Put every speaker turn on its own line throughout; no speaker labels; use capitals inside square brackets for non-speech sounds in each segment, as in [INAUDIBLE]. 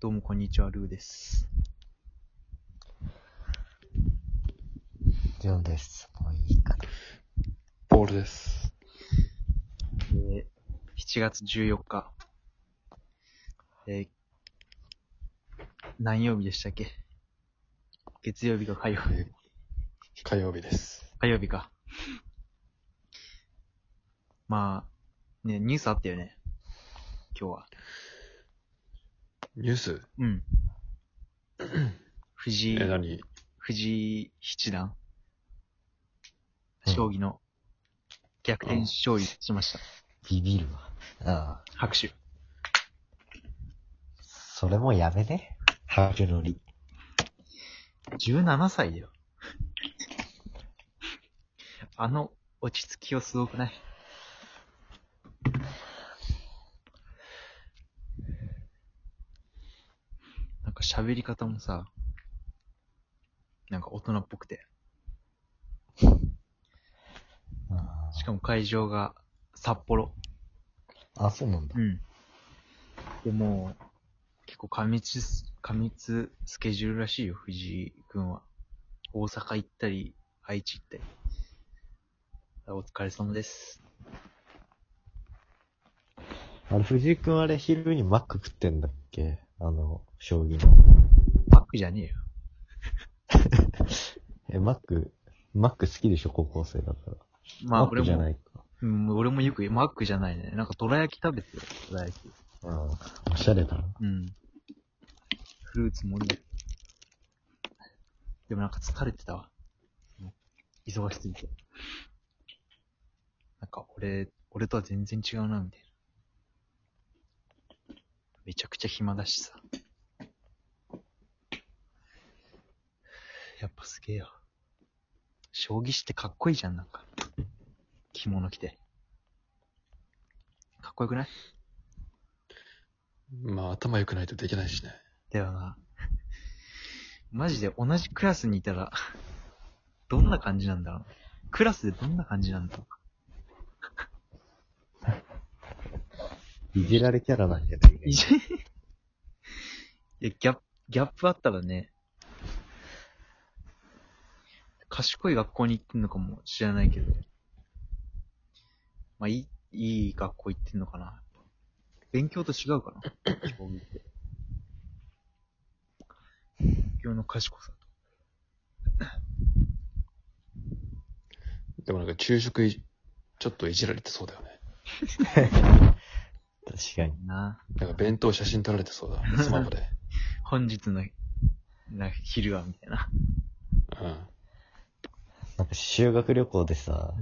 どうもこんにちは、ルーです。
ジョンです。もういいかな。
ボールです。
えー7月14日。えー何曜日でしたっけ月曜日か火曜日。
火曜日です。
火曜日か。まあ、ね、ニュースあったよね。今日は。
ニュース
うん。 [COUGHS] 藤
え、
井、
何
藤井七段、
うん
将棋の逆転勝利しました。
ビビるわ。ああ。
拍手。
それもやめね。ハルノリ。
17歳だよ。あの落ち着きをすごくないなんか喋り方もさ、なんか大人っぽくて。
あ
しかも会場が札幌。
あ。あ、そうなんだ
う。ん。でも、結構過密す、過密スケジュールらしいよ、藤井くんは。大阪行ったり、愛知行ったり。お疲れ様です。
あれ、藤井くんあれ、昼にマック食ってんだっけあの、将棋
バックじゃねえよ。
の。え、マック、マック好きでしょ高校生だから。
まあ、
マック
俺
じゃな
も、
いか。
うん、俺もよく、マックじゃないね。なんか、どら焼き食べてる。どら焼き。
うん。おしゃれだな。
うん。フルーツもいいよ。でもなんか疲れてたわ。忙しすぎて。なんか俺、俺とは全然違うな、みたいな。めちゃくちゃ暇だしさ。やっぱすげえよ。将棋してかっこいいじゃん、なんか。着物着て。かっこよくない
まあ、頭良くないとできないしね。
だよな。 [LAUGHS] マジで同じクラスにいたら、 [LAUGHS] どんな感じなんだろう。クラスでどんな感じなんだろ。
いじられキャラなんじゃないう
い
ね
じ [LAUGHS] いや、ギャップ、ギャップあったらね、賢い学校に行ってんのかもしれないけど、まあ、いい、いい学校行ってんのかな。勉強と違うかな。将棋って。勉強の賢さ。
でもなんか昼食い、ちょっといじられてそうだよね。
確かに。
な
なんか弁当写真撮られてそうだ。 [LAUGHS] スマホで。
本日の、な、昼は、みたいな。
うん。
なんか修学旅行でさ、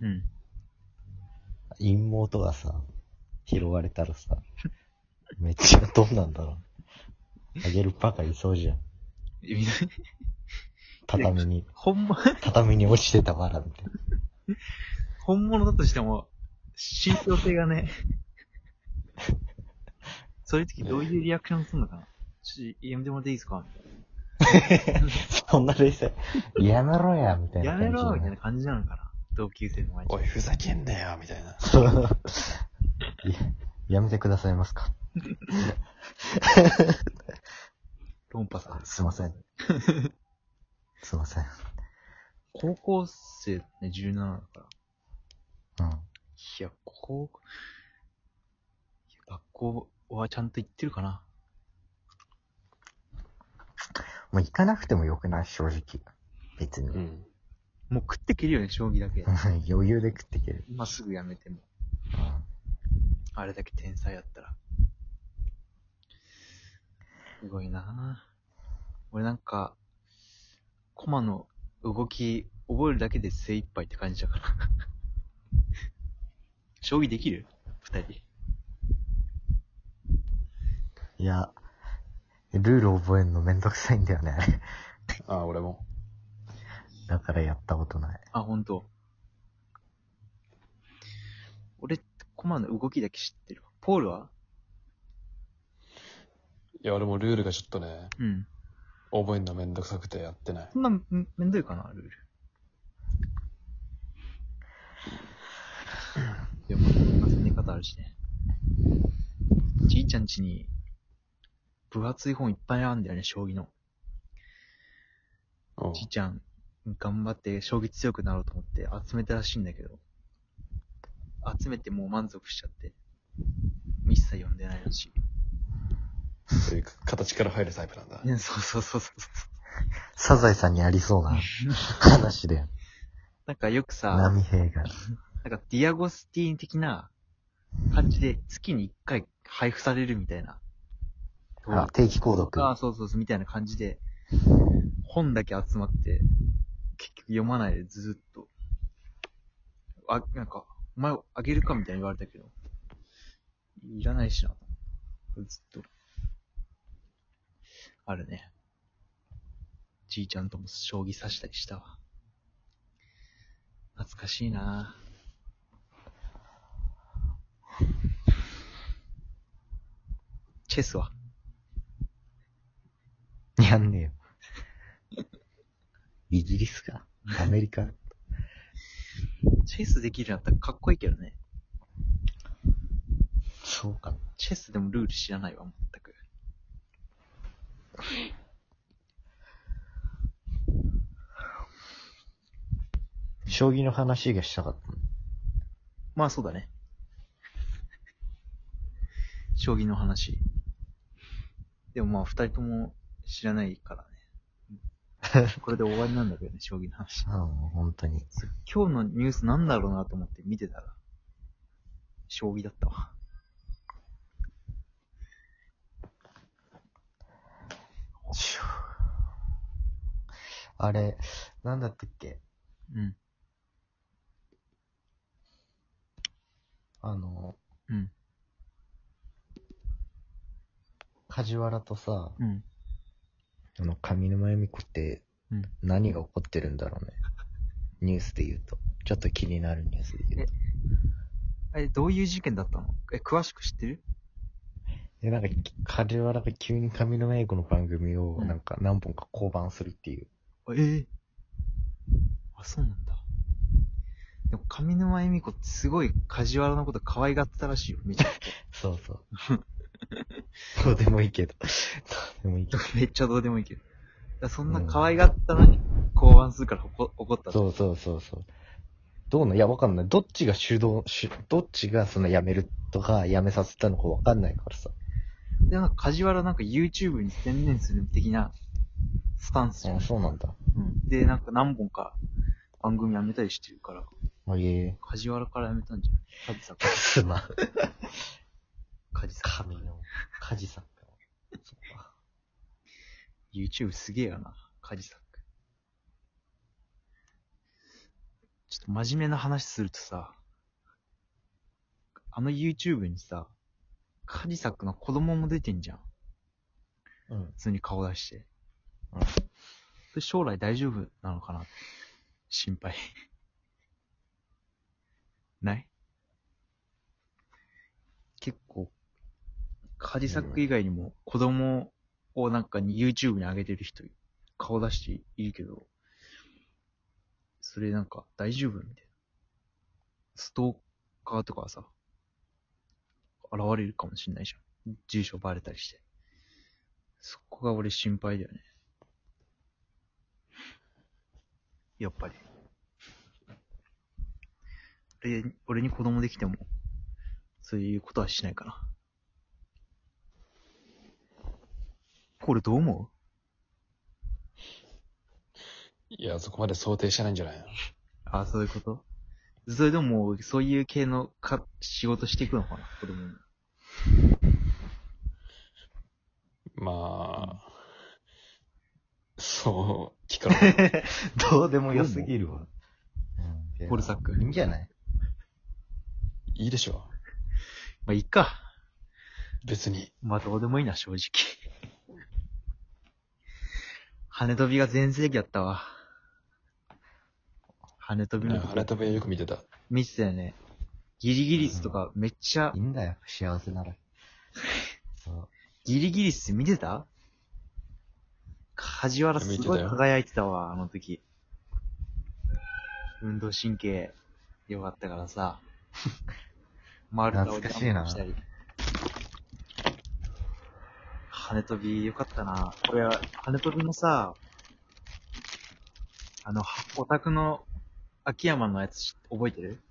うん。
陰謀とかさ、拾われたらさ、めっちゃどうなんだろう。あげるバカいそうじゃん。
えみんな
畳に。
本物、 [LAUGHS]
畳に落ちてたわらみたいな。
本物だとしても、信憑性がね、そういう時どういうリアクションするのかなちょっと、やめてもらっていいですか
そんな冷静。やめろや、みたいな
や
感
め
じ。
ろみたいな感じなのかな同級生の前に。
おい、ふざけんなよみたいな。
いや。 [LAUGHS] やめてくださいますか。
論破さ。
すいません。すいません。
高校生ね、17だから。
うん。
いや、高校、いや学校はちゃんと行ってるかな
もう行かなくてもよくない正直。別に。
うん。
もう食ってけるよね、将棋だけ。
[LAUGHS] 余裕で食っていける。
今すぐやめても。
うん
あれだけ天才だったら。すごいなぁ。俺なんか、コマの動き覚えるだけで精一杯って感じだから。 [LAUGHS] 将棋できる二人。
いや、ルール覚えるのめんどくさいんだよね。あれ
ああ、俺も。
だからやったことない。
あ、ほんと。俺、コマの動きだけ知ってるわ。ポールはい
や、俺もルールがちょっとね、
うん。
覚えんのめんどくさくてやってない。
そんな、んめんどいかな、ルール。でも、遊び方あるしね。じいちゃん家に分厚い本いっぱいあるんだよね、将棋の。
うん。
じいちゃん、頑張って将棋強くなろうと思って集めたらしいんだけど、集めてもう満足しちゃって、一切読んでないらしい。
そういう形から入るタイプ [LAUGHS] なんだ。
ねそうそうそうそう。
サザエさんにありそうな話 [LAUGHS] で、
なんかよくさ、
波平
な
が。
んかディアゴスティーン的な感じで月に1回配布されるみたいな。
あ、定期購読。
ああ、そうそうそう、みたいな感じで、本だけ集まって、結局読まないでずーっと。あ、なんか、お前あげるかみたいに言われたけど、いらないしな。ずっと。あるね。じいちゃんとも将棋指したりしたわ。懐かしいなチェスは
やんねえよ。 [LAUGHS] イギリスかアメリカ
チェスできるようになったらかっこいいけどね。
そうかな。
チェスでもルール知らないわ、全く。
将棋の話がしたかったの
まあそうだね。将棋の話。でもまあ二人とも知らないから [LAUGHS] ね。これで終わりなんだけどね、将棋の話。
ああ、もう本当に。
今日のニュースなんだろうなと思って見てたら、将棋だったわ。
あれ、なんだったっけ
うん。
あの、
うん。
梶原とさ、
うん。
あの、上沼恵美子って
うん、
何が起こってるんだろうね。ニュースで言うと。ちょっと気になるニュースで言うと。
え、どういう事件だったのえ、詳しく知ってる
え、なんか、梶原が急に上沼恵美子の番組を、
うん
なんか何本か降板するっていう。
あええあ、そうなんだ。でも、上沼恵美子ってすごい梶原のこと可愛がってたらしいよ。めちゃくち
そうそう。どうでもいいけど。どうでもいいけ
ゃ
ど。、
[LAUGHS] めっちゃどうでもいいけど。だからそんな可愛がったのに、降板するから怒怒った
そうそうそうそう。どうなんいや、わかんない。どっちが主導、主どっちがその辞めるとか、辞めさせたのかわかんないからさ。
う。で、なんか梶原なんか YouTube に専念する的なスタンスじゃ
あ
ん。
そうなんだ。
うん。で、なんか何本か番組やめたりしてるから、
あいえ。
梶原からやめたんじゃない梶さんか
すまん。
ら。梶さん。
神の、梶さんか。
YouTube すげえよな、カジサック。ちょっと真面目な話するとさ、あの YouTube にさ、カジサックの子供も出てんじゃん。
うん。
普通に顔出して。
うん
それ将来大丈夫なのかな心配。 [LAUGHS] ない結構、カジサック以外にも子供をなんかに YouTube に上げてる人、顔出しているけど、それなんか大丈夫みたいな。ストーカーとかはさ、現れるかもしんないじゃん。住所バレたりして。そこが俺心配だよね。やっぱり。俺俺に子供できても、そういうことはしないかな。これどう思う
いや、そこまで想定してないんじゃないの
ああ、そういうことそれでももう、そういう系のか仕事していくのかな子供に。
まあ、そう、聞かれ [LAUGHS] る。
どうでも良すぎるわ。うん
ポルサック
いいんじゃない
いいでしょ。
まあ、いいか。
別に。
まあ、どうでもいいな、正直。羽飛びが全盛期だったわ。羽飛びの
あれ食べよく見てた。
見てたよね。ギリギリスとかめっちゃ
いい、んだよ、幸せなら。そう。
ギリギリス見てた梶原すごい
見てたよ
輝いてたわ、あの時。運動神経良かったからさ。 [LAUGHS] 丸太をジャンプしたり。羽飛びよかったな。これは、羽飛びもさ、あの、はオタクの、秋山のやつし覚えてる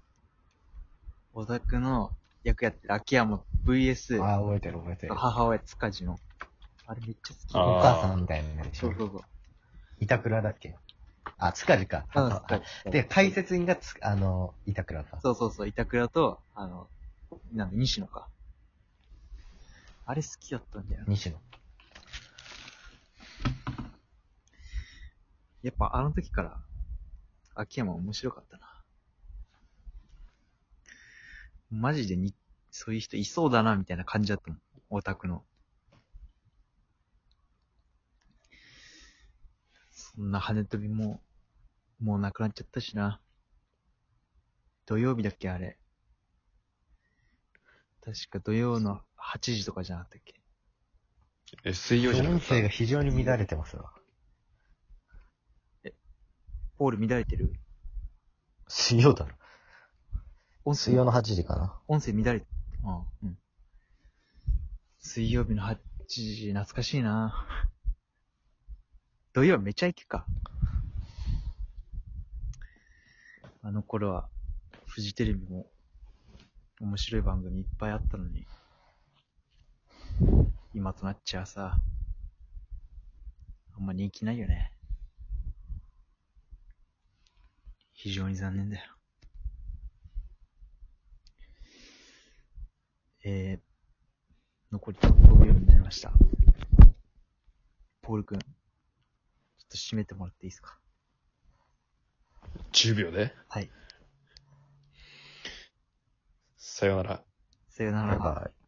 オタクの役やってる秋山 VS
ああ、覚えてる覚えてる。
母親塚地の。あれめっちゃ好き。
あ
お母さんみたいなのでし
そ
ょ
う。そうそう。
板倉だっけあ、塚地か。
あ塚地
で、解説員がつ、あの、板倉か。
そうそうそう、板倉と、あの、なんだ、西野か。あれ好きだったんだよな。
西野。
やっぱあの時から、秋山面白かったな。マジでに、そういう人いそうだな、みたいな感じだったもん。オタクの。そんな羽飛びも、もうなくなっちゃったしな。土曜日だっけ、あれ。確か土曜の8時とかじゃなかったっけ。
え、水曜じゃな
音
かった
声が非常に乱れてますわ。
ポール乱れてる
水曜だろ。
音声
水曜の8時かな。
音声乱れ、うん、うん。水曜日の8時、懐かしいな [LAUGHS] 土曜はめちゃイケか。あの頃は、フジテレビも、面白い番組いっぱいあったのに、今となっちゃさ、あんま人気ないよね。非常に残念だよ。えー、残り5秒になりました。ポール君、ちょっと締めてもらっていいですか
?10 秒で
はい。
さよなら。
さよなら。
バイバイ。